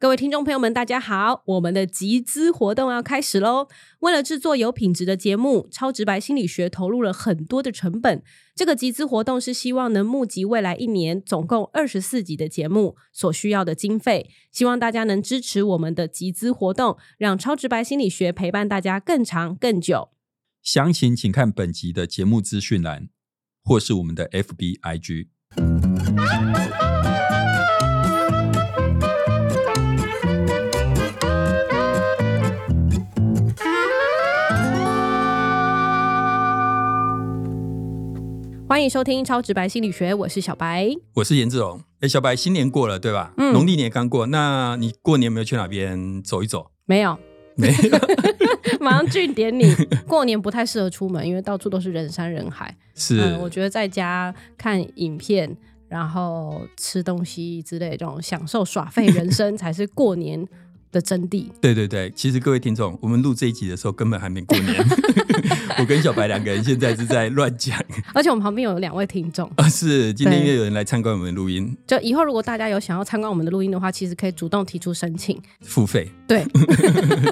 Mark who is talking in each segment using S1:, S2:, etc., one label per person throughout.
S1: 各位听众朋友们，大家好！我们的集资活动要开始喽！为了制作有品质的节目，超直白心理学投入了很多的成本。这个集资活动是希望能募集未来一年总共二十四集的节目所需要的经费，希望大家能支持我们的集资活动，让超直白心理学陪伴大家更长更久。
S2: 详情请看本集的节目资讯栏，或是我们的 FB IG。
S1: 欢迎收听超直白心理学，我是小白。
S2: 我是颜志荣。哎，小白，新年过了对吧？
S1: 嗯
S2: 农历年刚过，那你过年有没有去哪边走一走？
S1: 没有，
S2: 没有，
S1: 马上据点你。过年不太适合出门，因为到处都是人山人海。
S2: 是、
S1: 嗯，我觉得在家看影片，然后吃东西之类，这种享受耍废人生才是过年的真谛。
S2: 对对对，其实各位听众，我们录这一集的时候根本还没 过年，我跟小白两个人现在是在乱讲。
S1: 而且我们旁边有两位听众，
S2: 啊，是今天
S1: 对
S2: 又有人来参观我们的录音，
S1: 就以后如果大家有想要参观我们的录音的话，其实可以主动提出申请。
S2: 付费。
S1: 对，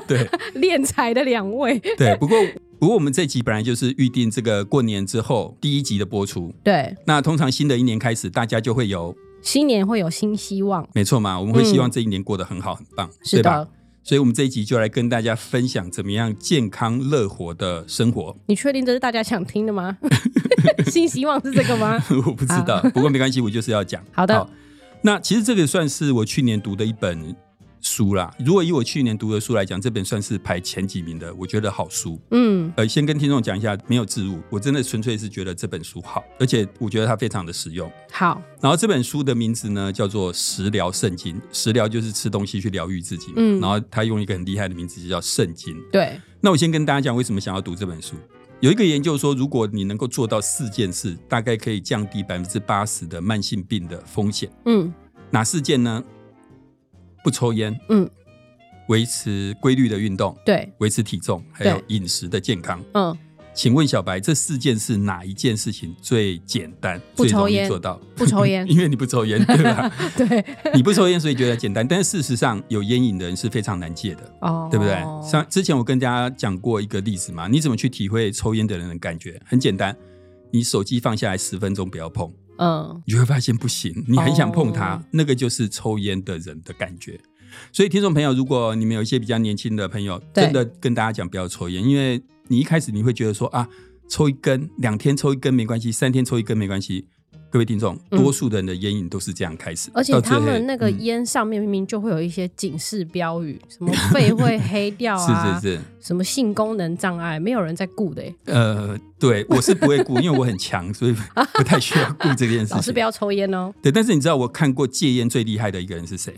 S2: 对
S1: 敛财的两位，
S2: 对，不过不过我们这集本来就是预定这个过年之后第一集的播出。
S1: 对，
S2: 那通常新的一年开始，大家就会有
S1: 新年会有新希望。
S2: 没错嘛，我们会希望这一年过得很好，很棒，
S1: 嗯是
S2: 对吧？
S1: 的，
S2: 所以，我们这一集就来跟大家分享怎么样健康乐活的生活。
S1: 你确定这是大家想听的吗？新希望是这个 吗？
S2: 我不知道，不过没关系，我就是要讲。
S1: 啊 好的
S2: 那其实这个算是我去年读的一本书啦。如果以我去年读的书来讲，这本算是排前几名的，我觉得好书。
S1: 嗯，
S2: 呃，先跟听众讲一下，没有置入，我真的纯粹是觉得这本书好，而且我觉得它非常的实用。
S1: 好，
S2: 然后这本书的名字呢叫做《食疗圣经》，食疗就是吃东西去疗愈自己嘛。
S1: 嗯
S2: 然后他用一个很厉害的名字就叫圣经。
S1: 对，
S2: 那我先跟大家讲为什么想要读这本书。有一个研究说，如果你能够做到四件事，大概可以降低百分之八十的慢性病的风险。
S1: 嗯
S2: 哪四件呢？不抽烟，
S1: 嗯，
S2: 维持规律的运动，
S1: 对，
S2: 维持体重，还有
S1: 对
S2: 饮食的健康。
S1: 嗯，
S2: 请问小白，这四件事哪一件事情最简单、
S1: 不
S2: 最容
S1: 抽
S2: 易
S1: 烟
S2: 做到？
S1: 不抽烟，
S2: 因为你不抽烟，对吧？
S1: 对，
S2: 你不抽烟，所以觉得简单。但是事实上，有烟瘾的人是非常难戒的，
S1: 哦，
S2: 对不对？像之前我跟大家讲过一个例子嘛，你怎么去体会抽烟的人的感觉？很简单，你手机放下来十分钟不要碰，
S1: 嗯，
S2: 你就会发现不行，你很想碰它，
S1: 哦
S2: 那个就是抽烟的人的感觉。所以，听众朋友，如果你们有一些比较年轻的朋友，
S1: 对
S2: 真的跟大家讲不要抽烟，因为你一开始你会觉得说啊，抽一根，两天抽一根没关系，三天抽一根没关系。各位听众，
S1: 嗯
S2: 多数的人的烟瘾都是这样开始，
S1: 而且
S2: 到最
S1: 他
S2: 后
S1: 们那个
S2: 嗯
S1: 烟上面明明就会有一些警示标语，什么肺 会黑掉啊，
S2: 是是是，
S1: 什么性功能障碍，没有人在顾的、欸。
S2: 呃，对我是不会 顾，因为我很强，所以不太需要顾这件事
S1: 老师
S2: 情
S1: 不。要抽烟哦。
S2: 对，但是你知道我看过戒烟最厉害的一个人是谁？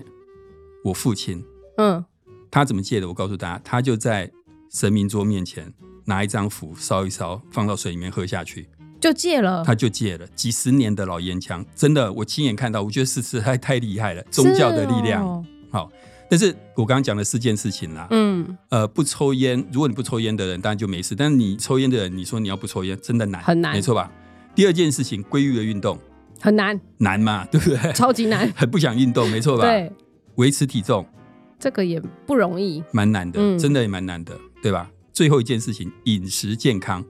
S2: 我父亲。
S1: 嗯，
S2: 他怎么戒的？我告诉大家，他就在神明桌面前拿一张符烧一烧，放到水里面喝下去，
S1: 就戒了。
S2: 他就戒了。几十年的老烟枪，真的，我亲眼看到，我觉得是实在太厉害了，宗教的力量。
S1: 是哦
S2: 好，但是我刚刚讲的四件事情啦、
S1: 嗯，
S2: 呃，不抽烟，如果你不抽烟的人，当然就没事。但是你抽烟的人，你说你要不抽烟，真的难，
S1: 很难
S2: 没错吧？第二件事情，规律的运动
S1: 很难，
S2: 难嘛，对 不对？。
S1: 超级难
S2: 很不想运动，没错吧？
S1: 对，
S2: 维持体重
S1: 这个也不容易。
S2: 蛮难的，
S1: 嗯
S2: 真的也蛮难的，对吧？最后一件事情，饮食健康，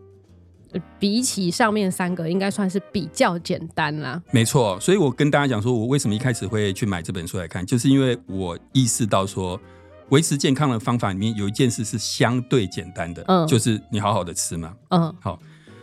S1: 呃比起上面三个，应该算是比较简单啦。
S2: 没错。所以我跟大家讲说，我为什么一开始会去买这本书来看，就是因为我意识到说，维持健康的方法里面有一件事是相对简单的，
S1: 嗯
S2: 就是你好好的吃嘛。
S1: 嗯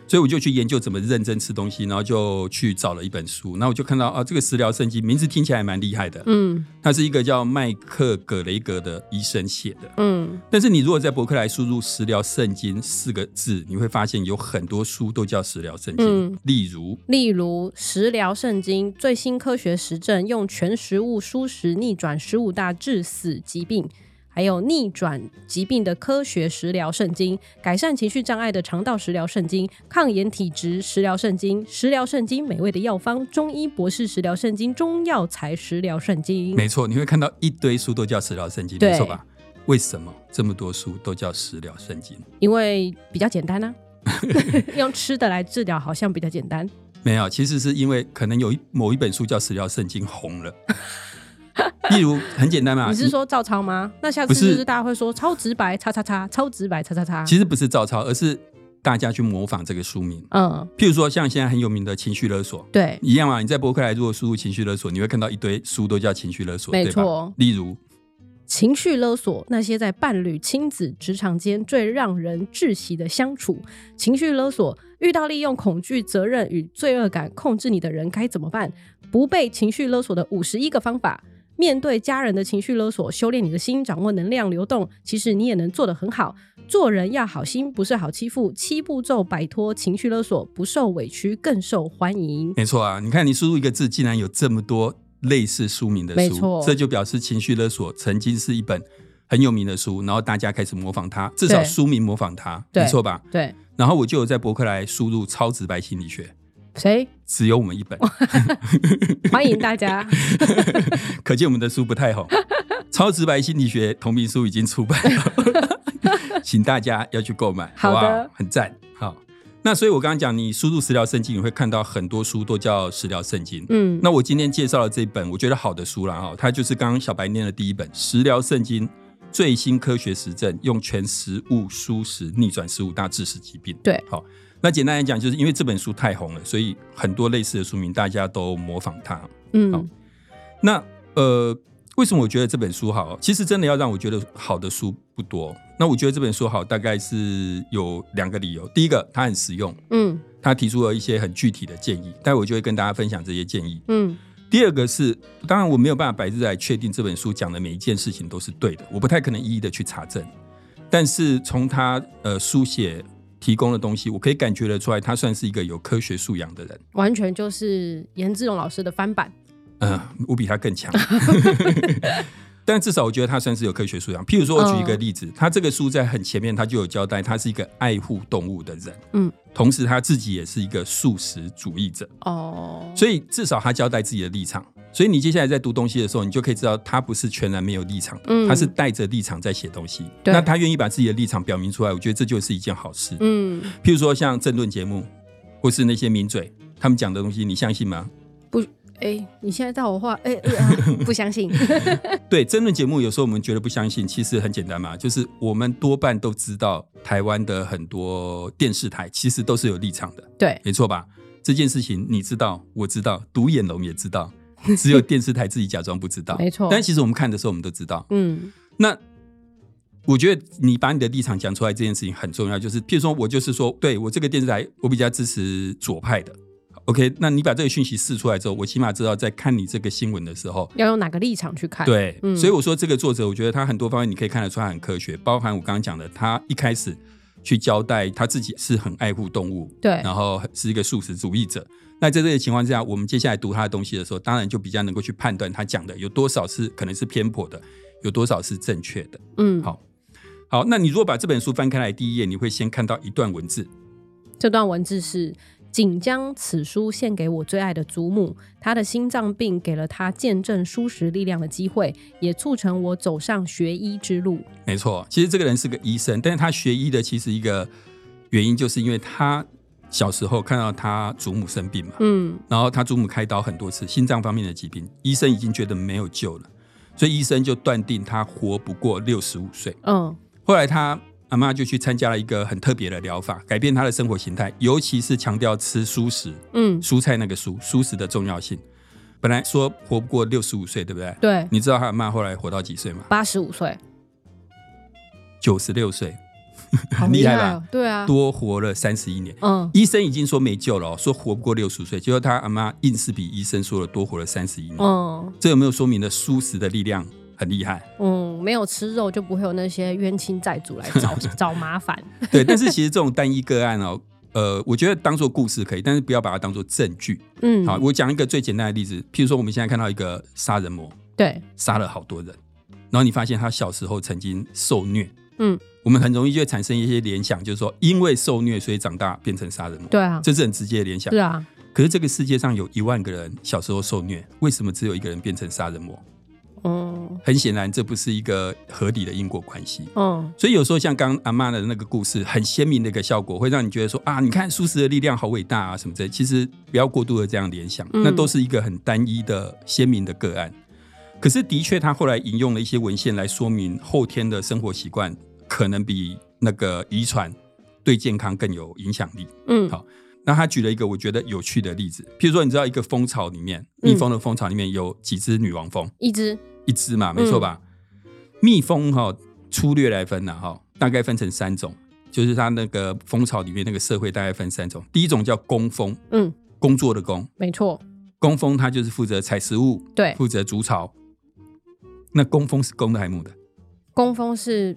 S2: 所以我就去研究怎么认真吃东西，然后就去找了一本书，然后我就看到啊，这个食疗圣经名字听起来蛮厉害的，
S1: 嗯
S2: 它是一个叫麦克葛雷格的医生写的。
S1: 嗯，
S2: 但是你如果在博客来输入“食疗圣经”四个字，你会发现有很多书都叫食疗圣经，
S1: 嗯
S2: 例如
S1: 例如食疗圣经最新科学实证，用全食物蔬食逆转十五大致死疾病。还有逆转疾病的科学食疗圣经，改善情绪障碍的肠道食疗圣经，抗炎体质食疗圣经，食疗圣经美味的药方，中医博士食疗圣经，中药材食疗圣经。
S2: 没错，你会看到一堆书都叫食疗圣经，
S1: 对
S2: 没错吧？为什么这么多书都叫食疗圣经？
S1: 因为比较简单啊，用吃的来治疗好像比较简单。
S2: 没有，其实是因为可能有一某一本书叫食疗圣经红了，例如很简单嘛，
S1: 你是说照抄吗？那下次
S2: 不
S1: 是
S2: 是
S1: 不是大家会说超直白叉叉叉，超直白叉叉叉？
S2: 其实不是照抄，而是大家去模仿这个书名。
S1: 嗯，
S2: 譬如说，像现在很有名的情绪勒索
S1: 对，
S2: 一样嘛，你在博客来如果输入情绪勒索，你会看到一堆书都叫情绪勒索，
S1: 没
S2: 对吧
S1: 错？
S2: 例如，
S1: 情绪勒索那些在伴侣、亲子、职场间最让人窒息的相处，情绪勒索遇到利用恐惧、责任与罪恶感控制你的人该怎么办？不被情绪勒索的五十一个方法。面对家人的情绪勒索，修炼你的心，掌握能量流动，其实你也能做得很好。做人要好心，不是好欺负。七步骤摆脱情绪勒索，不受委屈，更受欢迎。
S2: 没错啊，你看你输入一个字，竟然有这么多类似书名的
S1: 没
S2: 书
S1: 错，
S2: 这就表示情绪勒索曾经是一本很有名的书，然后大家开始模仿它，至少
S1: 对
S2: 书名模仿它，
S1: 对
S2: 没错吧？
S1: 对，
S2: 然后我就有在博客来输入“超直白心理学
S1: 谁”，
S2: 只有我们一本，
S1: 欢迎大家？
S2: 可见我们的书不太红。超直白心理学同名书已经出版 了，请大家要去购买，
S1: 好
S2: 好
S1: 的
S2: 不好？很赞，好。那所以，我刚刚讲，你输入食疗圣经，你会看到很多书都叫食疗圣经。
S1: 嗯，
S2: 那我今天介绍的这一本，我觉得好的书啦哈，它就是刚刚小白念的第一本《食疗圣经》，最新科学实证，用全食物蔬食逆转十五大致死疾病。
S1: 对
S2: 好，那简单来讲，就是因为这本书太红了，所以很多类似的书名大家都模仿它。好
S1: 嗯，
S2: 那呃，为什么我觉得这本书好？其实真的要让我觉得好的书不多。那我觉得这本书好，大概是有两个理由。第一个，它很实用，
S1: 嗯，
S2: 它提出了一些很具体的建议，待会我就会跟大家分享这些建议。
S1: 嗯，
S2: 第二个是，当然我没有办法百分之百确定这本书讲的每一件事情都是对的，我不太可能一一的去查证。但是从他呃书写提供的东西，我可以感觉得出来，他算是一个有科学素养的人。
S1: 完全就是颜志勇老师的翻版。
S2: 嗯、我比他更强。 但至少我觉得他算是有科学素养。譬如说，我举一
S1: 嗯
S2: 个例子，他这个书在很前面，他就有交代，他是一个爱护动物的人，
S1: 嗯，
S2: 同时他自己也是一个素食主义者。
S1: 哦，
S2: 所以至少他交代自己的立场。所以你接下来在读东西的时候，你就可以知道他不是全然没有立场的，
S1: 嗯
S2: 他是带着立场在写东西。
S1: 对
S2: 那他愿意把自己的立场表明出来，我觉得这就是一件好事。
S1: 嗯，
S2: 譬如说像政论节目，或是那些名嘴，他们讲的东西，你相信吗？
S1: 哎、你现在到我话，哎、哎 啊不相信，
S2: 对，争论节目有时候我们觉得不相信，其实很简单嘛，就是我们多半都知道台湾的很多电视台其实都是有立场的，
S1: 对，
S2: 没错吧？这件事情你知道，我知道，独眼龙也 知道，只有电视台自己假装不知道，
S1: 没错
S2: 但其实我们看的时候，我们都知道。
S1: 嗯，
S2: 那我觉得你把你的立场讲出来这件事情很重要，就是譬如说我就是说，对我这个电视台，我比较支持左派的。OK，那你把这个讯息试出来之后，我起码知道在看你这个新闻的时候，
S1: 要用哪个立场去看？，
S2: 对，
S1: 嗯
S2: 所以我说这个作者，我觉得他很多方面你可以看得出他很科学，包含我刚刚讲的，他一开始去交代他自己是很爱护动物，
S1: 对
S2: 然后是一个素食主义者。那在这个情况之下，我们接下来读他的东西的时候，当然就比较能够去判断他讲的有多少是可能是偏颇的，有多少是正确的。
S1: 嗯，
S2: 好好，那你如果把这本书翻开来第一页，你会先看到一段文字，
S1: 这段文字是：仅将此书献给我最爱的祖母，她的心脏病给了她见证舒适力量的机会，也促成我走上学医之路。
S2: 没错，其实这个人是个医生，但是他学医的其实一个原因就是因为他小时候看到他祖母生病嘛，
S1: 嗯，
S2: 然后他祖母开刀很多次，心脏方面的疾病，医生已经觉得没有救了，所以医生就断定他活不过六十五岁。
S1: 嗯，
S2: 后来他阿妈就去参加了一个很特别的疗法，改变他的生活形态，尤其是强调吃蔬食，
S1: 嗯，
S2: 蔬菜那个蔬，蔬食的重要性。本来说活不过六十五岁，对不对？
S1: 对，
S2: 你知道他阿妈后来活到几岁吗？
S1: 八十五岁，
S2: 九十六岁，
S1: 好
S2: 厉害
S1: 害
S2: 吧
S1: 哦，对啊，
S2: 多活了三十一年。
S1: 嗯，
S2: 医生已经说没救了哦、说活不过六十岁，结果他阿妈硬是比医生说的多活了三十一年。
S1: 嗯，
S2: 这有没有说明了素食的力量很厉害？
S1: 嗯，没有吃肉就不会有那些冤亲债主来 找找麻烦。
S2: 对，但是其实这种单一个案哦，呃，我觉得当做故事可以，但是不要把它当做证据。
S1: 嗯，
S2: 好，我讲一个最简单的例子，譬如说我们现在看到一个杀人魔，
S1: 对，
S2: 杀了好多人，然后你发现他小时候曾经受虐，
S1: 嗯，
S2: 我们很容易就会产生一些联想，就是说因为受虐所以长大变成杀人魔，
S1: 对啊，
S2: 这是很直接的联想
S1: 是。啊，
S2: 可是这个世界上有一万个人小时候受虐，为什么只有一个人变成杀人魔？
S1: 嗯
S2: 很显然，这不是一个合理的因果关系。
S1: 嗯，
S2: 所以有时候像刚刚阿妈的那个故事，很鲜明的一个效果，会让你觉得说啊，你看素食的力量好伟大啊什么之类。其实不要过度的这样联想，
S1: 嗯
S2: 那都是一个很单一的鲜明的个案。可是的确，他后来引用了一些文献来说明后天的生活习惯可能比那个遗传对健康更有影响力。
S1: 嗯
S2: 好那他举了一个我觉得有趣的例子，譬如说，你知道一个蜂巢里面，
S1: 嗯
S2: 蜜蜂的蜂巢里面有几只女王蜂，
S1: 一只，
S2: 一只嘛，没错吧？
S1: 嗯
S2: 蜜蜂哈、粗略来分呢、哈、大概分成三种，就是它那个蜂巢里面那个社会大概分三种。第一种叫工蜂，
S1: 嗯，
S2: 工作的工，
S1: 没错，
S2: 工蜂它就是负责采食物，
S1: 对，
S2: 负责筑巢。那工蜂是公的还是母的？
S1: 工蜂是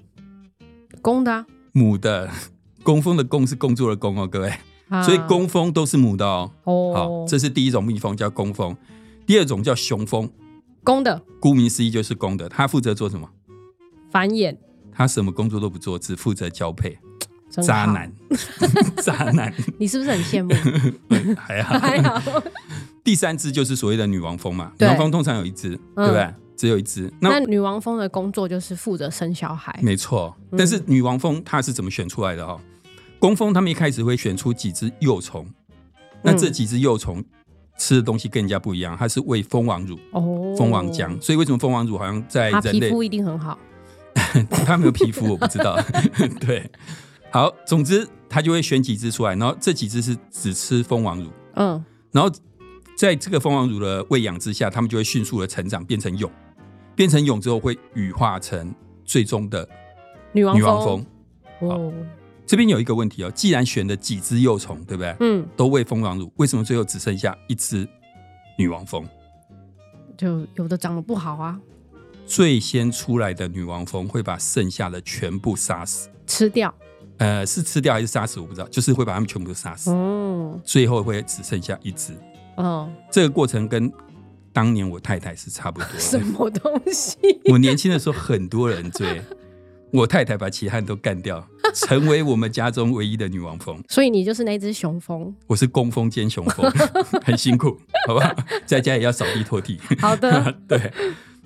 S1: 公的啊
S2: 母的， 工蜂的工是工作的工哦，各位，
S1: 啊，
S2: 所以工蜂都是母的哦。好，
S1: 哦，
S2: 这是第一种蜜蜂叫工蜂，第二种叫雄蜂，
S1: 公的
S2: 顾名思义就是公的，它负责做什么？
S1: 繁衍，
S2: 它什么工作都不做，只负责交配。
S1: 真
S2: 渣
S1: 好，
S2: 男， 渣 男，
S1: 你是不是很羡慕？
S2: 还好。
S1: 还好，
S2: 第三只就是所谓的女王蜂嘛，女
S1: 对嗯
S2: 王蜂通常有一只，对不对？只有一只。
S1: 那
S2: 那
S1: 女王蜂的工作就是负责生小孩，
S2: 没错，
S1: 嗯
S2: 但是女王蜂它是怎么选出来的哦？工蜂他们一开始会选出几只幼虫，
S1: 嗯
S2: 那这几只幼虫吃的东西跟人家不一样，它是喂蜂王乳、
S1: 哦，
S2: 嗯蜂王浆，所以为什么蜂王乳好像在
S1: 它
S2: 人
S1: 皮
S2: 类
S1: 肤一定很好，
S2: 它没有皮肤，我不知道。 对，好，总之它就会选几只出来，然后这几只是只吃蜂王乳。
S1: 嗯，
S2: 然后在这个蜂王乳的喂养之下，它们就会迅速的成长，变成蛹，变成蛹之后会羽化成最终的
S1: 女王
S2: 女王蜂。
S1: 哦，
S2: 这边有一个问题哦，既然选了几只幼虫，对不对？
S1: 嗯，
S2: 都喂蜂王乳，为什么最后只剩下一只女王蜂？
S1: 就有的长得不好啊，
S2: 最先出来的女王蜂会把剩下的全部杀死，
S1: 吃掉，
S2: 呃，是吃掉还是杀死我不知道，就是会把它们全部都杀死，
S1: 嗯
S2: 最后会只剩下一只。
S1: 嗯，
S2: 这个过程跟当年我太太是差不多 的。
S1: 什么东西？
S2: 我年轻的时候很多人追，我太太把齐汉都干 掉，成为我们家中唯一的女王蜂。
S1: 所以你就是那只雄蜂。
S2: 我是工蜂兼雄 蜂，很辛苦，好不好？在家也要扫地 拖地。
S1: 好的，
S2: 对，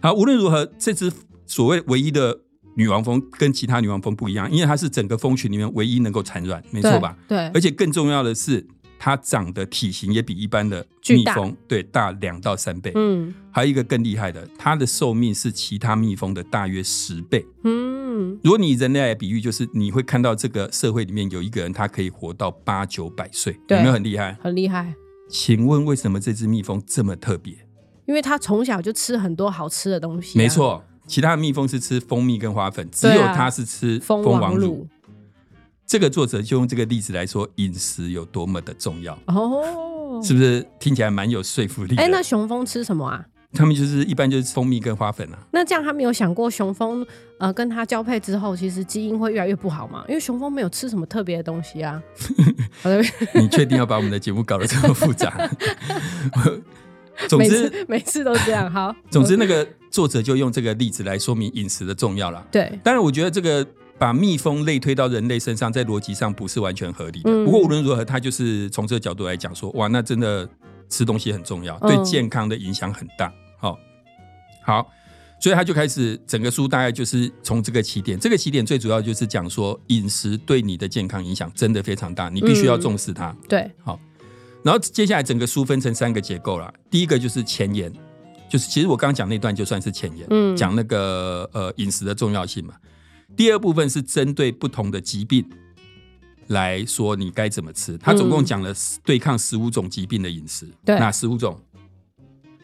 S2: 好，无论如何，这只所谓唯一的女王蜂跟其他女王蜂不一样，因为它是整个蜂群里面唯一能够产卵，没错吧？
S1: 对？
S2: 而
S1: 对，
S2: 且更重要的是，它长的体型也比一般的
S1: 巨
S2: 蜜
S1: 大
S2: 蜂对大两到三倍。
S1: 嗯
S2: 还有一个更厉害的，它的寿命是其他蜜蜂的大约十倍。
S1: 嗯，
S2: 如果你以人类来比喻，就是你会看到这个社会里面有一个人，他可以活到八九百岁，有
S1: 对
S2: 没有很厉害？
S1: 很厉害，
S2: 请问为什么这只蜜蜂这么特别？
S1: 因为它从小就吃很多好吃的东西、啊
S2: 没，错，其他的蜜蜂是吃蜂蜜跟花粉，只有
S1: 对啊
S2: 它是吃
S1: 蜂
S2: 蜂
S1: 王
S2: 王
S1: 乳
S2: 乳。这个作者就用这个例子来说饮食有多么的重要，
S1: 哦。
S2: 是不是听起来蛮有说服力的？
S1: 哎，那雄蜂吃什么啊？
S2: 他们就是一般就是蜂蜜跟花粉 啊，
S1: 那这样他没有想过雄蜂呃跟它交配之后，其实基因会越来越不好嘛？因为雄蜂没有吃什么特别的东西 啊。好的，
S2: 你确定要把我们的节目搞得这么 复杂？总
S1: 每
S2: 之，
S1: 次每次都这样。好，
S2: 总之，那个作者就用这个例子来说明饮食的重要啦。
S1: 对，
S2: 当然，我觉得这个把蜜蜂类推到人类身上，在逻辑上不是完全合理的。
S1: 嗯
S2: 不过无论如何，他就是从这个角度来讲说，哇，那真的吃东西很重要，
S1: 嗯
S2: 对健康的影响很大。好、好，所以他就开始整个书大概就是从这个起点，这个起点最主要就是讲说饮食对你的健康影响真的非常大，你必
S1: 嗯
S2: 须要重视它。
S1: 对，
S2: 然后接下来整个书分成三个结构啦。第一个就是前言，就是其实我刚刚讲那段就算是前言，
S1: 嗯
S2: 讲那个呃饮食的重要性嘛。第二部分是针对不同的疾病来说你该怎么吃，它总共
S1: 嗯
S2: 讲了10对抗十五种疾病的饮食，
S1: 对
S2: 哪十五种？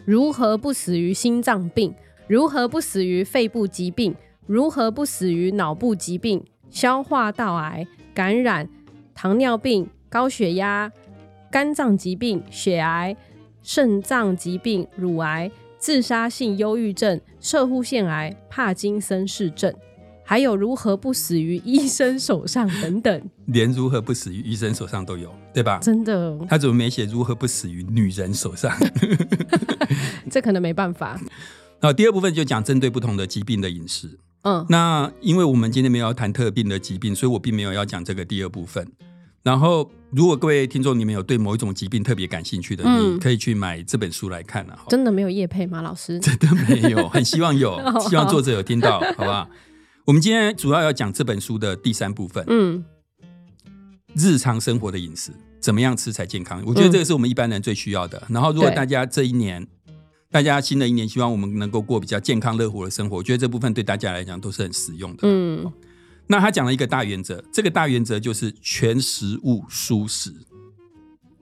S1: 如何不死于心脏病，如何不死于肺部疾病，如何不死于脑部疾病、消化道癌、感染、糖尿病、高血压、肝脏疾病、血癌、肾脏疾病、乳癌、自杀性忧郁症、射护腺癌、帕金森氏症。还有如何不死于医生手上等等，
S2: 连如何不死于医生手上都有，对吧？
S1: 真的，
S2: 他怎么没写如何不死于女人手上？
S1: 这可能没办法。
S2: 然后第二部分就讲针对不同的疾病的饮食，
S1: 嗯，
S2: 那因为我们今天没有要谈特定的疾病，所以我并没有要讲这个第二部分。然后，如果各位听众你们有对某一种疾病特别感兴趣的，
S1: 嗯
S2: 你可以去买这本书来看了、啊。
S1: 真的没有叶配吗？老师，
S2: 真 的没有，很希望有
S1: 哦，
S2: 希望作者有听到，好不好？我们今天主要要讲这本书的第三部分，
S1: 嗯，
S2: 日常生活的饮食，怎么样吃才健康？我觉得这个是我们一般人最需要的。然后，如果
S1: 对
S2: 大家这一年大家新的一年希望我们能够过比较健康乐活的生活，我觉得这部分对大家来讲都是很实用的。
S1: 嗯
S2: 那他讲了一个大原则，这个大原则就是全食物蔬食。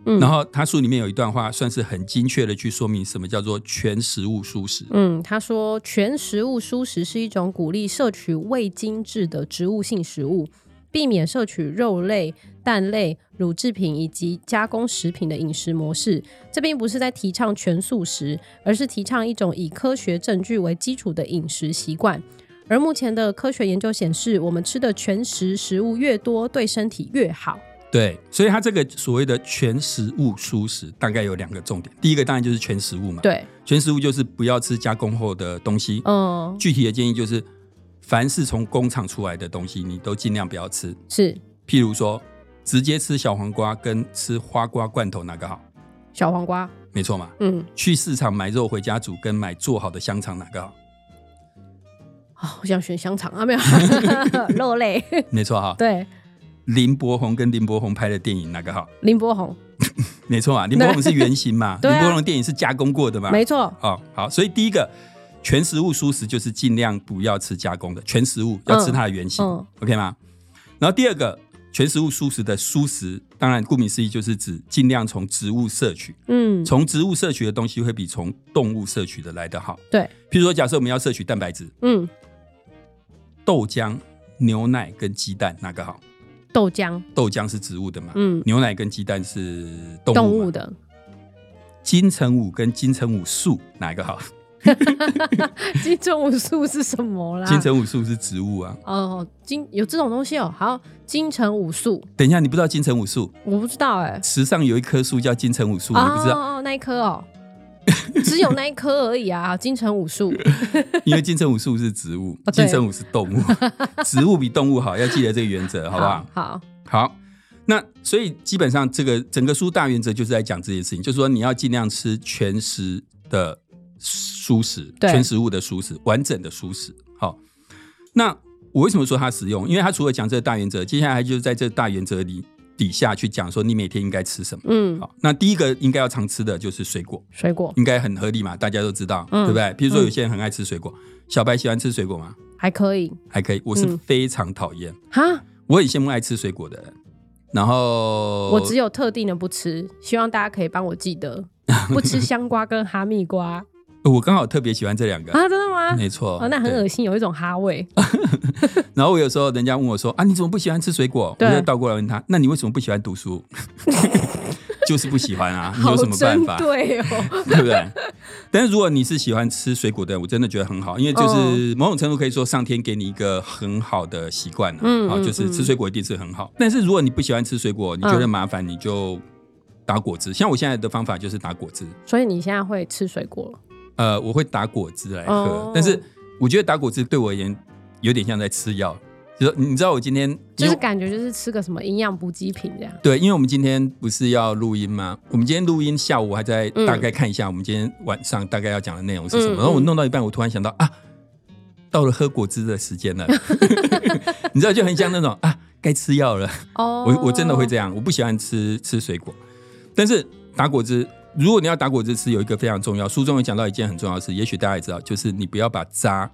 S1: 嗯，
S2: 然后他书里面有一段话，算是很精确的去说明什么叫做全食物蔬食。
S1: 嗯，他说全食物蔬食是一种鼓励摄取未精制的植物性食物，避免摄取肉类、蛋类、乳制品以及加工食品的饮食模式。这并不是在提倡全素食，而是提倡一种以科学证据为基础的饮食习惯。而目前的科学研究显示，我们吃的全食食物越多，对身体越好。
S2: 对，所以他这个所谓的全食物蔬食，大概有两个重点。第一个当然就是全食物嘛，
S1: 对，
S2: 全食物就是不要吃加工后的东西。
S1: 嗯，
S2: 具体的建议就是，凡是从工厂出来的东西，你都尽量不要吃。
S1: 是
S2: 譬如说，直接吃小黄瓜跟吃花瓜罐头哪个好？
S1: 小黄瓜，
S2: 没错嘛。
S1: 嗯，
S2: 去市场买肉回家煮，跟买做好的香肠哪个好？
S1: 啊、我想选香肠啊，没有 肉类，
S2: 没错哈。
S1: 对。
S2: 林柏宏跟林柏宏拍的电影哪个好？
S1: 林柏宏，
S2: 没错 啊，林柏宏是原型嘛，
S1: 对啊
S2: 林柏宏的电影是加工过的嘛。
S1: 没错，
S2: 哦，好，所以第一个全食物素食就是尽量不要吃加工的，全食物要吃它的原型、
S1: 嗯
S2: o k 吗？然后第二个全食物素食的素食，当然顾名思义就是指尽量从植物摄取，
S1: 嗯，
S2: 从植物摄取的东西会比从动物摄取的来得好。
S1: 对，
S2: 譬如说，假设我们要摄取蛋白质，
S1: 嗯，
S2: 豆浆、牛奶跟鸡蛋哪个好？
S1: 豆浆，
S2: 豆浆是植物的嘛，
S1: 嗯，
S2: 牛奶跟鸡蛋是动物嘛
S1: 动物的，
S2: 金城武跟金城武素哪一个好？
S1: 金城武术是什么啦？
S2: 金城武素是植物啊。
S1: 哦，金有这种东西哦。好，金城武术，
S2: 等一下，你不知道金城武素？
S1: 我不知道哎、
S2: 池上有一棵树叫金城武树，你不知道，
S1: 哦，那一颗 哦，只有那一颗而已啊。金城武术，
S2: 因为金城武树是植物
S1: 哦，对
S2: 金城武是动物，植物比动物好，要记得这个原则，好不好？
S1: 好，
S2: 好，那所以基本上这个整个书大原则就是在讲这件事情，就是说你要尽量吃全食的蔬食，
S1: 对
S2: 全食物的蔬食，完整的蔬食。好，那我为什么说它实用？因为它除了讲这个大原则，接下来就是在这个大原则里底下去讲说你每天应该吃什么。
S1: 嗯，
S2: 好，那第一个应该要常吃的就是水果，
S1: 水果
S2: 应该很合理嘛，大家都知道，
S1: 嗯
S2: 对不对？比如说
S1: 嗯
S2: 有些人很爱吃水果，小白喜欢吃水果吗？
S1: 还可以
S2: 还可以，我是
S1: 嗯
S2: 非常讨厌，
S1: 哈。
S2: 我很羡慕爱吃水果的人。然后
S1: 我只有特定的不吃，希望大家可以帮我记 得不吃香瓜跟哈密瓜
S2: 呃我刚好特别喜欢这两个，
S1: 啊，真的吗？
S2: 没错，
S1: 哦，那很
S2: 对
S1: 恶心，有一种哈味。
S2: 然后我有时候人家问我说啊，你怎么不喜欢吃水果？我
S1: 对啊
S2: 就倒过来问他，那你为什么不喜欢读书？ 就是不喜 欢啊，你
S1: 好
S2: 有什么办
S1: 针
S2: 法？
S1: 对哦，
S2: 对不对？但是如果你是喜欢吃水果的人，我真的觉得很好，因为
S1: 哦
S2: 就是某种程度可以说上天给你一个很好的习惯啊，
S1: 嗯
S2: 啊，
S1: 嗯
S2: 就是吃水果一定是很好。但是如果你不喜欢吃水果，你觉得
S1: 嗯
S2: 麻烦，你就打果汁。像我现在的方法就是打果汁，
S1: 所以你现在会吃水果了？
S2: 呃，我会打果汁来喝，
S1: 哦
S2: 但是我觉得打果汁对我而言有点像在吃药。就是你知道我今天
S1: 就是
S2: 因为
S1: 感觉就是吃个什么营养补给品这样。
S2: 对，因为我们今天不是要录音吗？我们今天录音下午我还在
S1: 嗯
S2: 大概看一下我们今天晚上大概要讲的内容是什么，
S1: 嗯
S2: 然后我
S1: 嗯
S2: 弄到一半，我突然想到啊，到了喝果汁的时间了， 你知道就很像那种啊该吃药了，
S1: 哦
S2: 我我真的会这样，我不喜欢吃吃水果，但是打果汁，如果你要打果汁吃，有一个非常重要，书中有讲到一件很重要的事，也许大家也知道，就是你不要把渣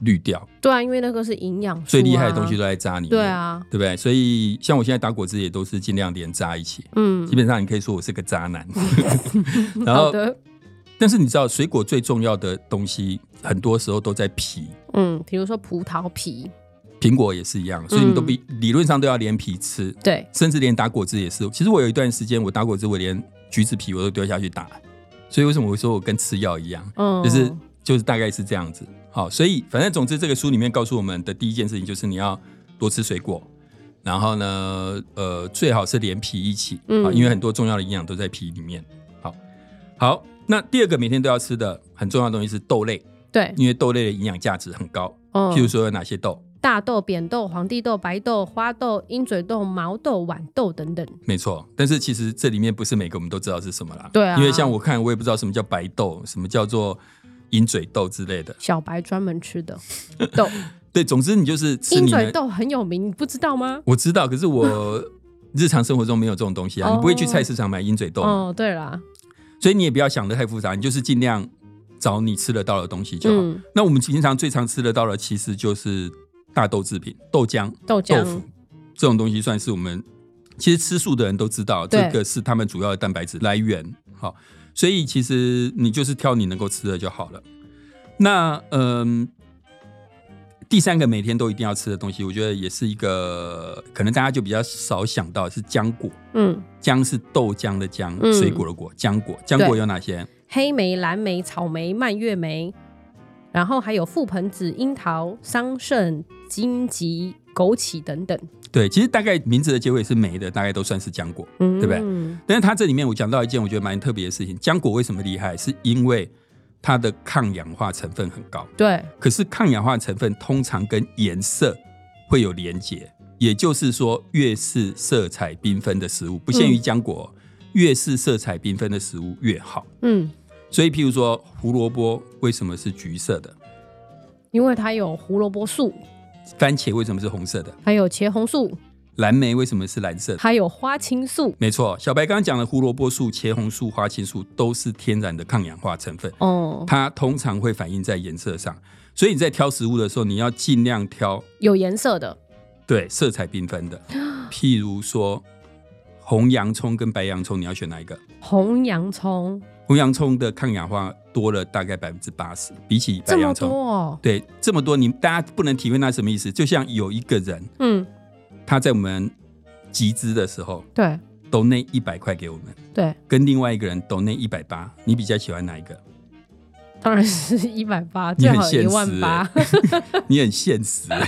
S2: 滤掉，
S1: 对啊，因为那个是营养素啊、
S2: 最厉害的东西都在渣里面，
S1: 对，啊，
S2: 对不对？所以像我现在打果汁也都是尽量连渣一起，
S1: 嗯
S2: 基，本上你可以说我是个渣 男。然
S1: 好
S2: 后，
S1: 的，
S2: 但是你知道，水果最重要的东西，很多时候都在皮。
S1: 嗯，比如说葡萄皮，
S2: 苹果也是一样，所以你都
S1: 嗯
S2: 比、理论上都要连皮吃，
S1: 对，
S2: 甚至连打果汁也是。其实我有一段时间，我打果汁，我连橘子皮我都丢下去打，所以为什么我说我跟吃药一样，
S1: 嗯，
S2: 就是就是大概是这样子。好，所以反正总之，这个书里面告诉我们的第一件事情就是你要多吃水果，然后呢，呃，最好是连皮一起啊，
S1: 嗯
S2: 因为很多重要的营养都在皮里面。好，好，那第二个每天都要吃的很重要的东西是豆类，
S1: 对，
S2: 因为豆类的营养价值很高。
S1: 嗯
S2: 譬，如说有哪些豆？
S1: 大豆、扁豆、皇帝豆、白豆、花豆、鹰嘴豆、毛豆、豌豆等等。
S2: 没错，但是其实这里面不是每个我们都知道是什么啦。
S1: 对啊
S2: 因为像我看，我也不知道什么叫白豆，什么叫做鹰嘴豆之类的。
S1: 小白专门吃的豆，
S2: 对，总之你就是吃
S1: 鹰
S2: 你
S1: 嘴
S2: 的。
S1: 豆很有名，你不知道吗？
S2: 我知道，可是我 日常生活中没有这种东西啊，
S1: 哦
S2: 你不会去菜市场买鹰嘴豆嘛，
S1: 哦，对啦，
S2: 所以你也不要想的太复杂，你就是尽量找你吃得到的东西就好。
S1: 嗯
S2: 那我们平常最常吃得到的其实就是大豆制品、豆浆、
S1: 豆
S2: 豆
S1: 浆
S2: 腐这种东西，算是我们其实吃素的人都知道，
S1: 对
S2: 这个是他们主要的蛋白质来源。好，所以其实你就是挑你能够吃的就好了。那嗯。第三个每天都一定要吃的东西，我觉得也是一个可能大家就比较少想到是浆果。
S1: 嗯，
S2: 浆是豆浆的浆，
S1: 嗯
S2: 水果的果，浆果。浆果有哪些？
S1: 黑莓、蓝莓、草莓、蔓越莓，然后还有覆盆子、樱桃、桑葚、荆棘、枸杞等等，
S2: 对，其实大概名字的结尾是梅的，大概都算是浆果。
S1: 嗯，
S2: 对不对但是它这里面我讲到一件我觉得蛮特别的事情，浆果为什么厉害？是因为它的抗氧化成分很高。
S1: 对？
S2: 可是抗氧化成分通常跟颜色会有连结，也就是说，越是色彩缤纷的食物，不限于浆果哦，越是色彩缤纷的食物越好。
S1: 嗯，
S2: 所以，譬如说胡萝卜为什么是橘色的？
S1: 因为它有胡萝卜素，
S2: 番茄为什么是红色的？
S1: 还有茄红素，
S2: 蓝莓为什么是蓝色的？
S1: 还有花青素。
S2: 没错，小白刚刚讲的胡萝卜素、茄红素、花青素都是天然的抗氧化成分，
S1: 哦，
S2: 它通常会反映在颜色上。所以你在挑食物的时候，你要尽量挑
S1: 有颜色的，
S2: 对色彩缤 纷的，譬如说红洋葱跟白洋葱，你要选哪一个？
S1: 红洋葱
S2: 红洋葱的抗氧化多了大概百分之八十，比起白
S1: 这么
S2: 洋葱，
S1: 多哦，
S2: 对这么多，你大家不能体会那什么意思。就像有一个人，
S1: 嗯，
S2: 他在我们集资的时候，
S1: 对
S2: 都那一百块给我们。
S1: 对，
S2: 跟另外一个人抖那一百八，你比较喜欢哪一个？
S1: 当然是一百八，
S2: 你
S1: 最
S2: 很
S1: 好一
S2: 现
S1: 万
S2: 实
S1: 八，
S2: 你很 现实，大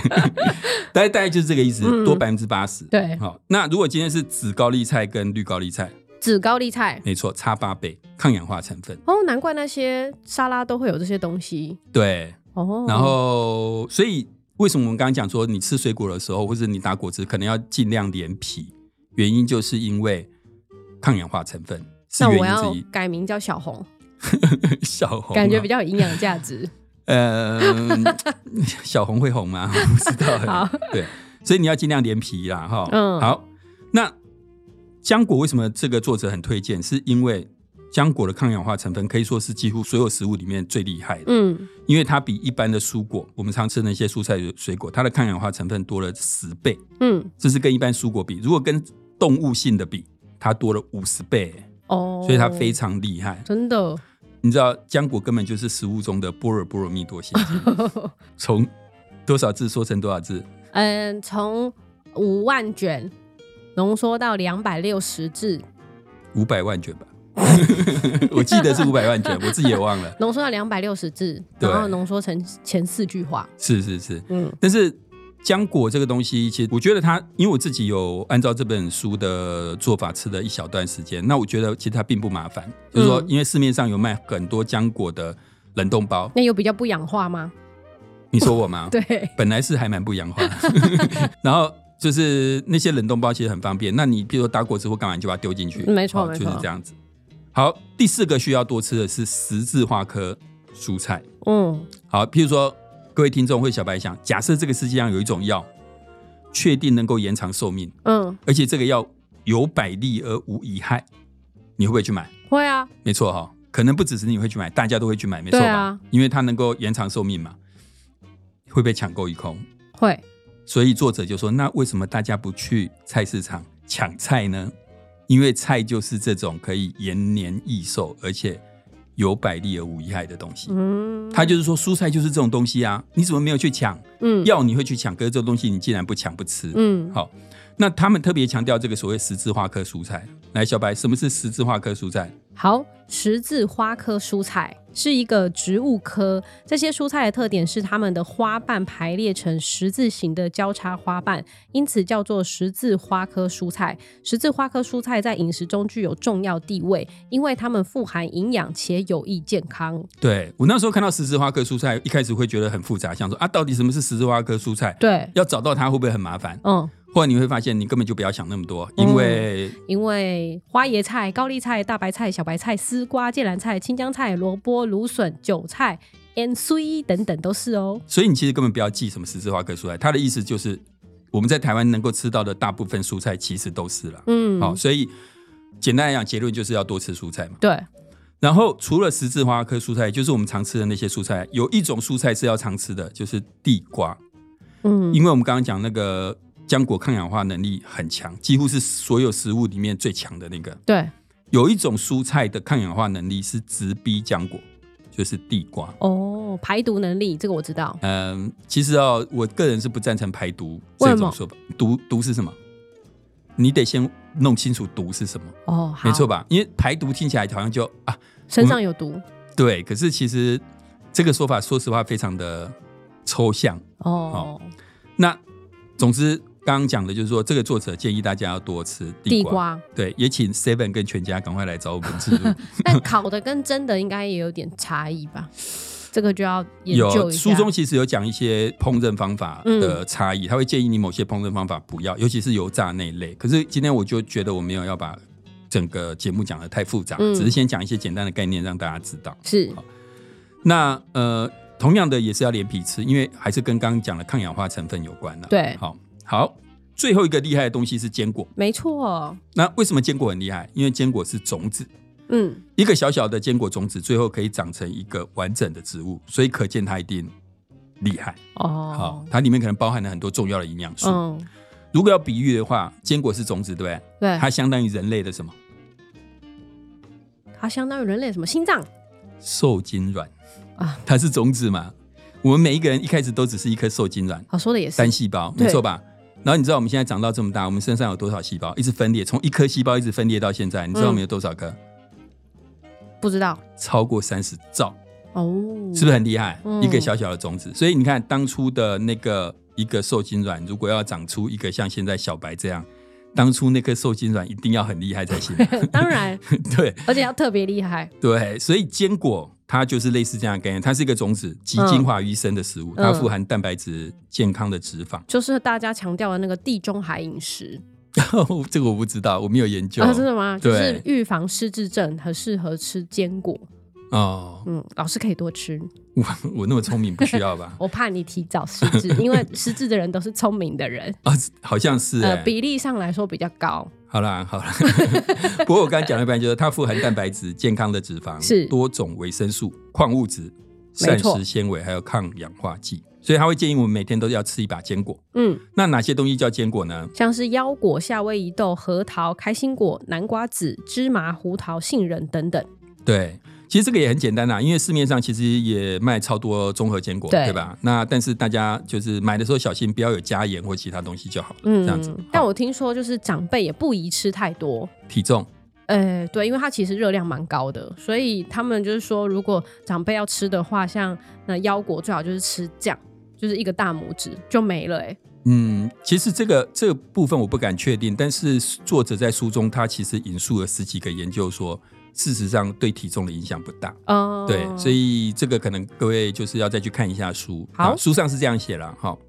S2: 概大概就是这个意思，
S1: 嗯
S2: 多百分之八十。
S1: 对
S2: 好，那如果今天是紫高丽菜跟绿高丽菜，
S1: 紫高丽菜。
S2: 没错，差八倍抗氧化成分。
S1: 哦，难怪那些沙拉都会有这些东西
S2: 对，
S1: 哦。
S2: 然后所以为什么我们刚刚讲说，你吃水果的时候，或者你打果汁，可能要尽量连皮，原因就是因为抗氧化成分是
S1: 那
S2: 原
S1: 我
S2: 因
S1: 要
S2: 之一。
S1: 改名叫小红，
S2: 小红
S1: 感觉
S2: 啊
S1: 比较有营养价值。
S2: 呃，小红会红吗？我不知道欸。
S1: 好
S2: 对，所以你要尽量连皮啦，哈。
S1: 嗯
S2: 好，那浆果为什么这个作者很推荐？是因为浆果的抗氧化成分可以说是几乎所有食物里面最厉害的，
S1: 嗯，
S2: 因为它比一般的蔬果，我们常吃的那些蔬菜水果，它的抗氧化成分多了十倍，
S1: 嗯，
S2: 这是跟一般蔬果比。如果跟动物性的比，它多了五十倍欸，
S1: 哦，
S2: 所以它非常厉害。
S1: 真的
S2: 你知道浆果根本就是食物中的波尔波罗蜜多星晶。从多少字缩成多少字？
S1: 嗯，从五万卷浓缩到两百六十字，
S2: 五百万卷吧， 我记得是五百万卷，我自己也忘了。
S1: 浓缩到两百六十字，
S2: 对
S1: 然后浓缩成前四句话。
S2: 是是是，
S1: 嗯
S2: 但是浆果这个东西，其实我觉得它，因为我自己有按照这本书的做法吃了一小段时间，那我觉得其实它并不麻烦，就是说
S1: 嗯，
S2: 因为市面上有卖很多浆果的冷冻包，
S1: 那有比较不氧化吗？
S2: 你说 我吗？
S1: 对，
S2: 本来是还蛮不一样化， 然后就是那些冷冻包其实很方便。那你比如说打果汁或干嘛，你就把它丢进去，
S1: 嗯没错
S2: 哦
S1: 没
S2: 就
S1: 错
S2: 是这样子。好，第四个需要多吃的是十字花科蔬菜。
S1: 嗯，
S2: 好，譬如说各位听众会小白想，假设这个世界上有一种药，确定能够延长寿命，
S1: 嗯，
S2: 而且这个药有百利而无一害，你会不会去买？
S1: 会啊，
S2: 没错哈、可能不只是你会去买，大家都会去买，没错吧？
S1: 对啊
S2: 因为它能够延长寿命嘛，会被抢购一空。
S1: 会，
S2: 所以作者就说：“那为什么大家不去菜市场抢菜呢？因为菜就是这种可以延年益寿，而且有百利而无一害的东西。
S1: 嗯，
S2: 他就是说，蔬菜就是这种东西啊，你怎么没有去抢？
S1: 嗯
S2: 要你会去抢，可是这种东西你竟然不抢不吃。
S1: 嗯，
S2: 好，那他们特别强调这个所谓十字花科蔬菜。来，小白，什么是十字花科蔬菜？
S1: 好，十字花科蔬菜是一个植物科，这些蔬菜的特点是它们的花瓣排列成十字形的交叉花瓣，因此叫做十字花科蔬菜。十字花科蔬菜在饮食中具有重要地位，因为它们富含营养且有益健康。
S2: 对我那时候看到十字花科蔬菜，一开始会觉得很复杂，想说啊，到底什么是十字花科蔬菜？
S1: 对，
S2: 要找到它会不会很麻烦？
S1: 嗯，
S2: 后来你会发现，你根本就不要想那么多，因为
S1: 因为花椰菜、高丽菜、大白菜、小白菜、丝瓜、芥蓝菜、青江菜、萝卜、芦笋、韭菜、N C 等等都是哦。
S2: 所以你其实根本不要记什么十字花科蔬菜。它的意思就是，我们在台湾能够吃到的大部分蔬菜其实都是了。
S1: 嗯，
S2: 好、所以简单来讲，结论就是要多吃蔬菜嘛。
S1: 对，
S2: 然后除了十字花科蔬菜，就是我们常吃的那些蔬菜，有一种蔬菜是要常吃的，就是地瓜，
S1: 嗯
S2: 因为我们刚刚讲那个浆果抗氧化能力很强，几乎是所有食物里面最强的那个。
S1: 对，
S2: 有一种蔬菜的抗氧化能力是直逼浆果，就是地瓜。
S1: 哦，排毒能力这个我知道，
S2: 嗯，其实哦，我个人是不赞成排毒
S1: 为什
S2: 这
S1: 么
S2: 种说法。毒毒是什么？你得先弄清楚毒是什么，
S1: 哦，好
S2: 没错，吧？因为排毒听起来好像就啊，
S1: 身上有毒，
S2: 对，可是其实这个说法，说实话非常的抽象。
S1: 哦，
S2: 那总之，刚刚讲的就是说，这个作者建议大家要多吃地
S1: 地
S2: 瓜。
S1: 瓜，
S2: 对，也请 Seven 跟全家赶快来找我们植入。
S1: 但烤的跟真的应该也有点差异吧？这个就要研究
S2: 有
S1: 一下。
S2: 书中其实有讲一些烹饪方法的差异，他会建议你某些烹饪方法不
S1: 嗯
S2: 要，尤其是油炸那一类。可是今天我就觉得我没有要把整个节目讲的太复杂，
S1: 嗯
S2: 只是先讲一些简单的概念让大家知道。
S1: 是
S2: 那呃，同样的也是要连皮吃，因为还是跟刚刚讲的抗氧化成分有关了、
S1: 对
S2: 好好，最后一个厉害的东西是坚果。
S1: 没错，
S2: 那为什么坚果很厉害？因为坚果是种子，
S1: 嗯，
S2: 一个小小的坚果种子最后可以长成一个完整的植物，所以可见它一定厉害。好
S1: 哦，，
S2: 它里面可能包含了很多重要的营养素。
S1: 嗯，
S2: 如果要比喻的话，坚果是种子，对不对？
S1: 对，
S2: 它相当于人类的什么
S1: 它相当于人类什么心脏
S2: 受精卵
S1: 啊？
S2: 它是种子嘛？我们每一个人一开始都只是一颗受精卵，
S1: 好说的也是
S2: 单，细胞，
S1: 对
S2: 没错吧？然后你知道我们现在长到这么大，我们身上有多少细胞？一直分裂，从一颗细胞一直分裂到现在，你知道我
S1: 嗯
S2: 们有多少颗？
S1: 不知道
S2: 超过三十兆，
S1: 哦，
S2: 是不是很厉害？
S1: 嗯
S2: 一个小小的种子，所以你看当初的那个一个受精卵，如果要长出一个像现在小白这样，当初那颗受精卵一定要很厉害才行啊、
S1: 当然，
S2: 对
S1: 而且要特别厉害，
S2: 对，所以坚果它就是类似这样的概念，它是一个种子集精华于一身的食物，
S1: 嗯
S2: 它富含蛋白质、健康的脂肪。
S1: 就是大家强调的那个地中海饮食
S2: 这个我不知道，我没有研究。
S1: 啊，真的吗？就
S2: 对
S1: 是预防失智症，很适合吃坚果。
S2: 哦，
S1: 嗯，老师可以多吃，？
S2: 我我那么聪明不需要吧
S1: 我怕你提早失 智，因为失智的人都是聪明的人，
S2: 啊，好像是哎、
S1: 呃，比例上来说比较高。
S2: 好啦，好啦。 不过我刚才讲了一半，就是它富含蛋白质、健康的脂肪、
S1: 是
S2: 多种维生素、矿物质、
S1: 没
S2: 膳
S1: 错
S2: 食纤维，还有抗氧化剂。所以他会建议我们每天都要吃一把坚果。
S1: 嗯，
S2: 那哪些东西叫坚果呢？
S1: 像是腰果、夏威夷豆、核桃、开心果、南瓜子、芝麻、胡桃、杏仁等等。
S2: 对，其实这个也很简单啦，啊因为市面上其实也卖超多综合坚果，
S1: 对
S2: 对吧？那但是大家就是买的时候小心，不要有加盐或其他东西就好了。这样子
S1: 嗯，，但
S2: 好
S1: 我听说就是长辈也不宜吃太多。
S2: 体重
S1: 呃，对，因为它其实热量蛮高的，所以他们就是说，如果长辈要吃的话，像那腰果最好就是吃酱，就是一个大拇指就没了、欸。哎，
S2: 嗯，其实这个这个部分我不敢确定，但是作者在书中他其实引述了十几个研究说，事实上对体重的影响不大。
S1: 哦，
S2: 对，所以这个可能各位就是要再去看一下书。
S1: 好
S2: 啊书上是这样写了。好，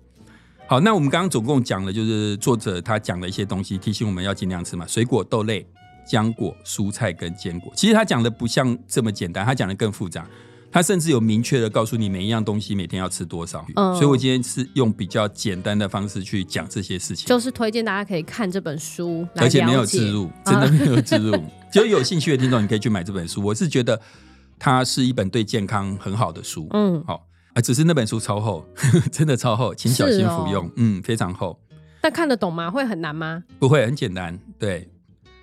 S2: 好，那我们刚刚总共讲了，就是作者他讲了一些东西，提醒我们要尽量吃嘛，水果、豆类、浆果、蔬菜跟坚果。其实他讲的不像这么简单，他讲的更复杂。他甚至有明确的告诉你每一样东西每天要吃多少。
S1: 嗯
S2: 所以我今天是用比较简单的方式去讲这些事情，
S1: 就是推荐大家可以看这本书来
S2: 而
S1: 了解，啊
S2: 且没有植入，真的没有植入。 就有兴趣的听众，你可以去买这本书。我是觉得它是一本对健康很好的书。
S1: 嗯，
S2: 好、啊，只是那本书超厚， 真的超厚，请小心
S1: 哦
S2: 服用。嗯，非常厚，
S1: 但看得懂吗？会很难吗？
S2: 不会很简单。对，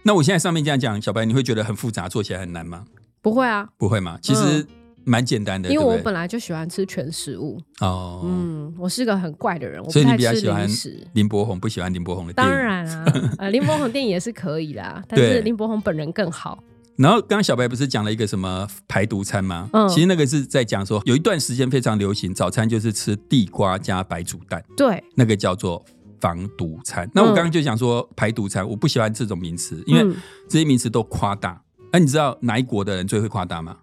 S2: 那我现在上面这样讲，小白你会觉得很复杂，做起来很难吗？
S1: 不会啊，
S2: 不会吗？其实蛮简单的，
S1: 因为我
S2: 对不
S1: 本
S2: 对？
S1: 来就喜欢吃全食物。
S2: 哦，
S1: 嗯，我是个很怪的人，我不
S2: 所以你
S1: 太
S2: 比较
S1: 吃
S2: 喜欢
S1: 零食。
S2: 林柏宏，不喜欢林柏宏的电
S1: 当
S2: 影。
S1: 然 啊，呃，林柏宏电影也是可以啦，但是
S2: 对
S1: 林柏宏本人更好。
S2: 然后刚刚小白不是讲了一个什么排毒餐吗？
S1: 嗯
S2: 其实那个是在讲说，有一段时间非常流行，早餐就是吃地瓜加白煮蛋。
S1: 对，
S2: 那个叫做防毒餐。那我
S1: 嗯
S2: 刚刚就想说排毒餐，我不喜欢这种名词，因为
S1: 嗯
S2: 这些名词都夸大。那、你知道哪一国的人最会夸大吗？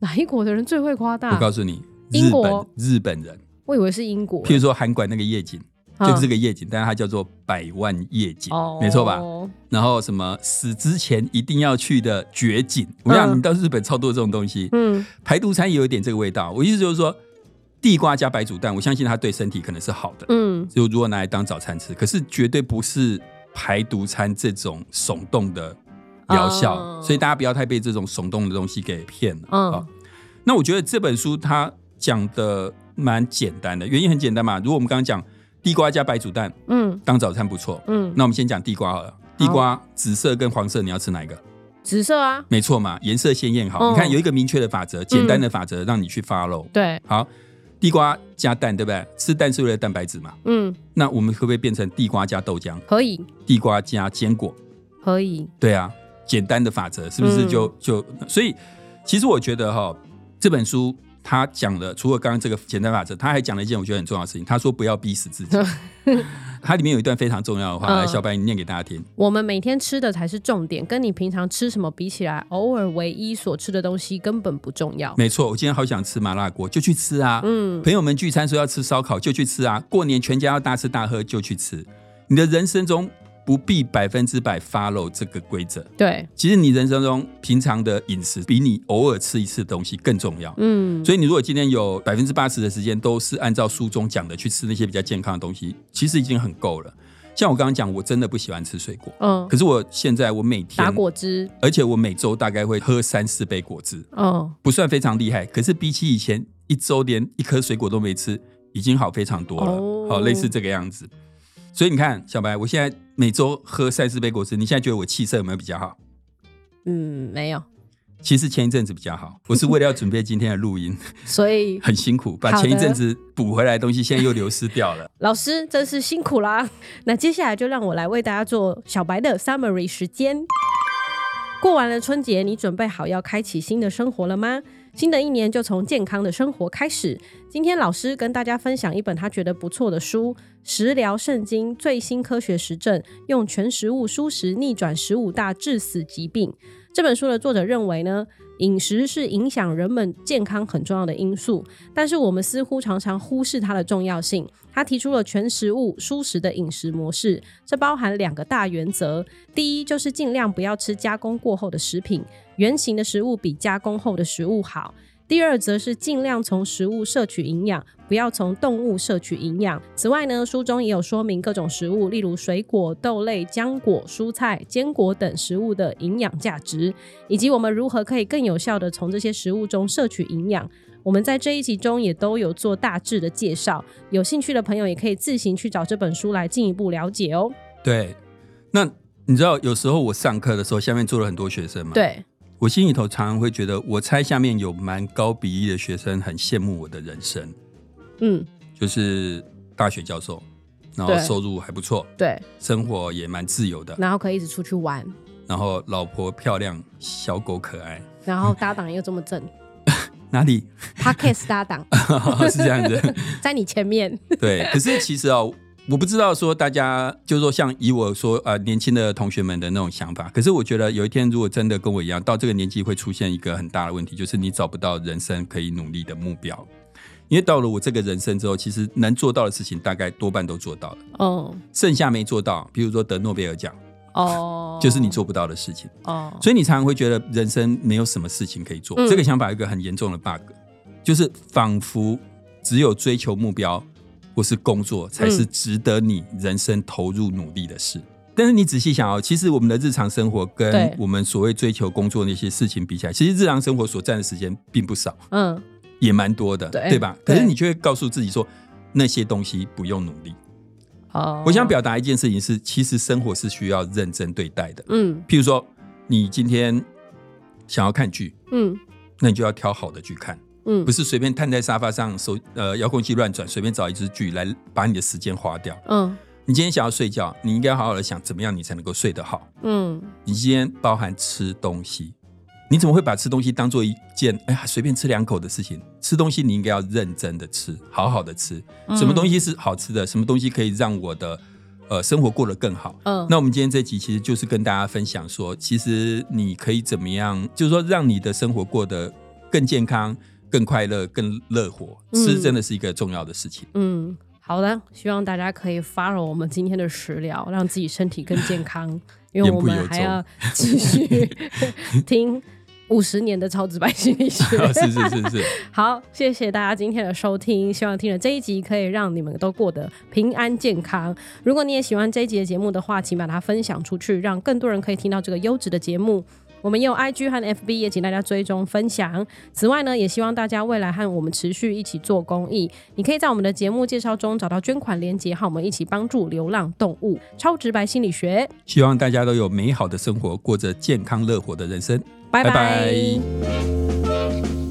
S1: 哪一国的人最会夸
S2: 我
S1: 大？
S2: 告诉你，
S1: 啊英
S2: 日
S1: 国
S2: 本日本人，
S1: 我以为是英国，
S2: 譬如说韩馆那个夜景，
S1: 啊
S2: 就是这个夜景，但是它叫做百万夜景，
S1: 哦，
S2: 没错吧？然后什么死之前一定要去的绝景，我想你到日本超多这种东西。
S1: 嗯，
S2: 排毒餐也有一点这个味道。我意思就是说，地瓜加白煮蛋，我相信它对身体可能是好的。
S1: 嗯，
S2: 就如果拿来当早餐吃，可是绝对不是排毒餐这种耸动的疗效，
S1: 哦
S2: 所以大家不要太被这种耸动的东西给骗了。
S1: 嗯
S2: 啊那我觉得这本书它讲的蛮简单的，原因很简单嘛。如果我们刚刚讲地瓜加白煮蛋
S1: 嗯
S2: 当早餐不错，
S1: 嗯，
S2: 那我们先讲地瓜好了。地瓜紫色跟黄色，你要吃哪一个？
S1: 紫色啊，
S2: 没错嘛，颜色鲜艳好。
S1: 嗯
S2: 你看有一个明确的法则，简单的法则让你去 follow。
S1: 对，
S2: 好，地瓜加蛋，对不对？吃蛋是为了蛋白质嘛？
S1: 嗯，
S2: 那我们可不可以变成地瓜加豆浆，
S1: 可以
S2: 地瓜加坚果？
S1: 可以，
S2: 对啊，简单的法则是不是
S1: 嗯
S2: 就、就？所以其实我觉得哈，这本书他讲了，除了刚刚这个简单法则，他还讲了一件我觉得很重要的事情。他说不要逼死自 己。它里面有一段非常重要的话，来，
S1: 嗯
S2: 小白你念给大家听。
S1: 我们每天吃的才是重点，跟你平常吃什么比起来，偶尔唯一所吃的东西根本不重要。
S2: 没错，我今天好想吃麻辣锅，就去吃啊。
S1: 嗯，
S2: 朋友们聚餐说要吃烧烤，就去吃啊。过年全家要大吃大喝，就去吃。你的人生中不必百分之百 follow 这个规则。
S1: 对，
S2: 其实你人生中平常的饮食比你偶尔吃一次的东西更重要。
S1: 嗯，
S2: 所以你如果今天有百分之八十的时间都是按照书中讲的去吃那些比较健康的东西，其实已经很够了。像我刚刚讲，我真的不喜欢吃水果，
S1: 嗯，
S2: 可是我现在我每天
S1: 打，果汁，
S2: 而且我每周大概会喝三四杯果汁，
S1: 嗯，
S2: 不算非常厉害，可是比起以前一周连一颗水果都没吃，已经好非常多了。
S1: 哦
S2: 好，类似这个样子。所以你看，小白，我现在每周喝三四杯果汁，你现在觉得我气色有没有比较好？
S1: 嗯，没有，
S2: 其实前一阵子比较好，我是为了要准备今天的录 音，
S1: 所以
S2: 很辛苦，把
S1: 好的
S2: 前一阵子补回来的东西现在又流失掉 了。
S1: 老师真是辛苦啦。 那接下来就让我来为大家做小白的 summary 时间。过完了春节，你准备好要开启新的生活了吗？新的一年就从健康的生活开始。今天老师跟大家分享一本他觉得不错的书《食疗圣经：最新科学实证》，用全食物蔬食逆转十五大致死疾病。这本书的作者认为呢，饮食是影响人们健康很重要的因素，但是我们似乎常常忽视它的重要性。他提出了全食物蔬食的饮食模式，这包含两个大原则：第一，就是尽量不要吃加工过后的食品，原形的食物比加工后的食物好；第二，则是尽量从食物摄取营养，不要从动物摄取营养。此外呢，书中也有说明各种食物，例如水果、豆类、浆果、蔬菜、坚果等食物的营养价值，以及我们如何可以更有效的从这些食物中摄取营养。我们在这一集中也都有做大致的介绍，有兴趣的朋友也可以自行去找这本书来进一步了解哦。
S2: 对，那你知道有时候我上课的时候，下面坐了很多学生嘛，
S1: 对，
S2: 我心里头常常会觉得，我猜下面有蛮高比例的学生很羡慕我的人生，
S1: 嗯，
S2: 就是大学教授，然后
S1: 对
S2: 收入还不错，
S1: 对，
S2: 生活也蛮自由的，
S1: 然后可以一直出去玩，
S2: 然后老婆漂亮，小狗可爱，
S1: 然后搭档又这么正
S2: 哪里
S1: ，Podcast 搭档
S2: 是这样子？
S1: 在你前面，
S2: 对，可是其实哦，我不知道说大家，就是说像以我说呃年轻的同学们的那种想法，可是我觉得有一天如果真的跟我一样到这个年纪，会出现一个很大的问题，就是你找不到人生可以努力的目标。因为到了我这个人生之后，其实能做到的事情大概多半都做到了，
S1: 哦
S2: 剩下没做到，比如说得诺贝尔奖，
S1: 哦，
S2: 就是你做不到的事情。
S1: 哦，
S2: 所以你常常会觉得人生没有什么事情可以做。
S1: 嗯
S2: 这个想法有一个很严重的 bug，就是仿佛只有追求目标或是工作才
S1: 嗯
S2: 是值得你人生投入努力的事。但是你仔细想哦，其实我们的日常生活跟
S1: 对
S2: 我们所谓追求工作那些事情比起来，其实日常生活所占的时间并不少，
S1: 嗯，
S2: 也蛮多的，
S1: 对
S2: 吧？可是
S1: 对
S2: 你就会告诉自己说，那些东西不用努力。
S1: 哦，
S2: 我想，表达一件事情是，其实生活是需要认真对待的。
S1: 嗯
S2: 譬如说，你今天想要看剧，
S1: 嗯
S2: 那你就要挑好的剧看，
S1: 嗯，
S2: 不是随便瘫在沙发上手呃遥控器乱转，随便找一支剧来把你的时间花掉。
S1: 嗯
S2: 你今天想要睡觉，你应该好好的想怎么样你才能够睡得好。
S1: 嗯
S2: 你今天包含吃东西，你怎么会把吃东西当做一件哎呀随便吃两口的事情？吃东西你应该要认真的吃，好好的吃。什么东西是好吃的？什么东西可以让我的呃生活过得更好？
S1: 嗯，
S2: 那我们今天这集其实就是跟大家分享说，其实你可以怎么样，就是说让你的生活过得更健康、更快乐、更乐活。
S1: 嗯
S2: 吃真的是一个重要的事情。
S1: 嗯。好的，希望大家可以 follow 我们今天的食疗，让 自己身体更健康，因为
S2: 言
S1: 我
S2: 不由
S1: 们还
S2: 衷
S1: 要继续 听五十年的超直白心理学。
S2: 是是是是，
S1: 好，谢谢大家今天的收听，希望听了这一集可以让你们都过得平安健康。如果你也喜欢这一集的节目的话，请把它分享出去，让更多人可以听到这个优质的节目。我们也有 IG 和 FB，也请大家追踪分享。此外呢，也希望大家未来和我们持续一起做公益。你可以在我们的节目介绍中找到捐款链接，和我们一起帮助流浪动物。超直白心理学，
S2: 希望大家都有美好的生活，过着健康乐活的人生。
S1: 拜
S2: 拜
S1: 拜
S2: 拜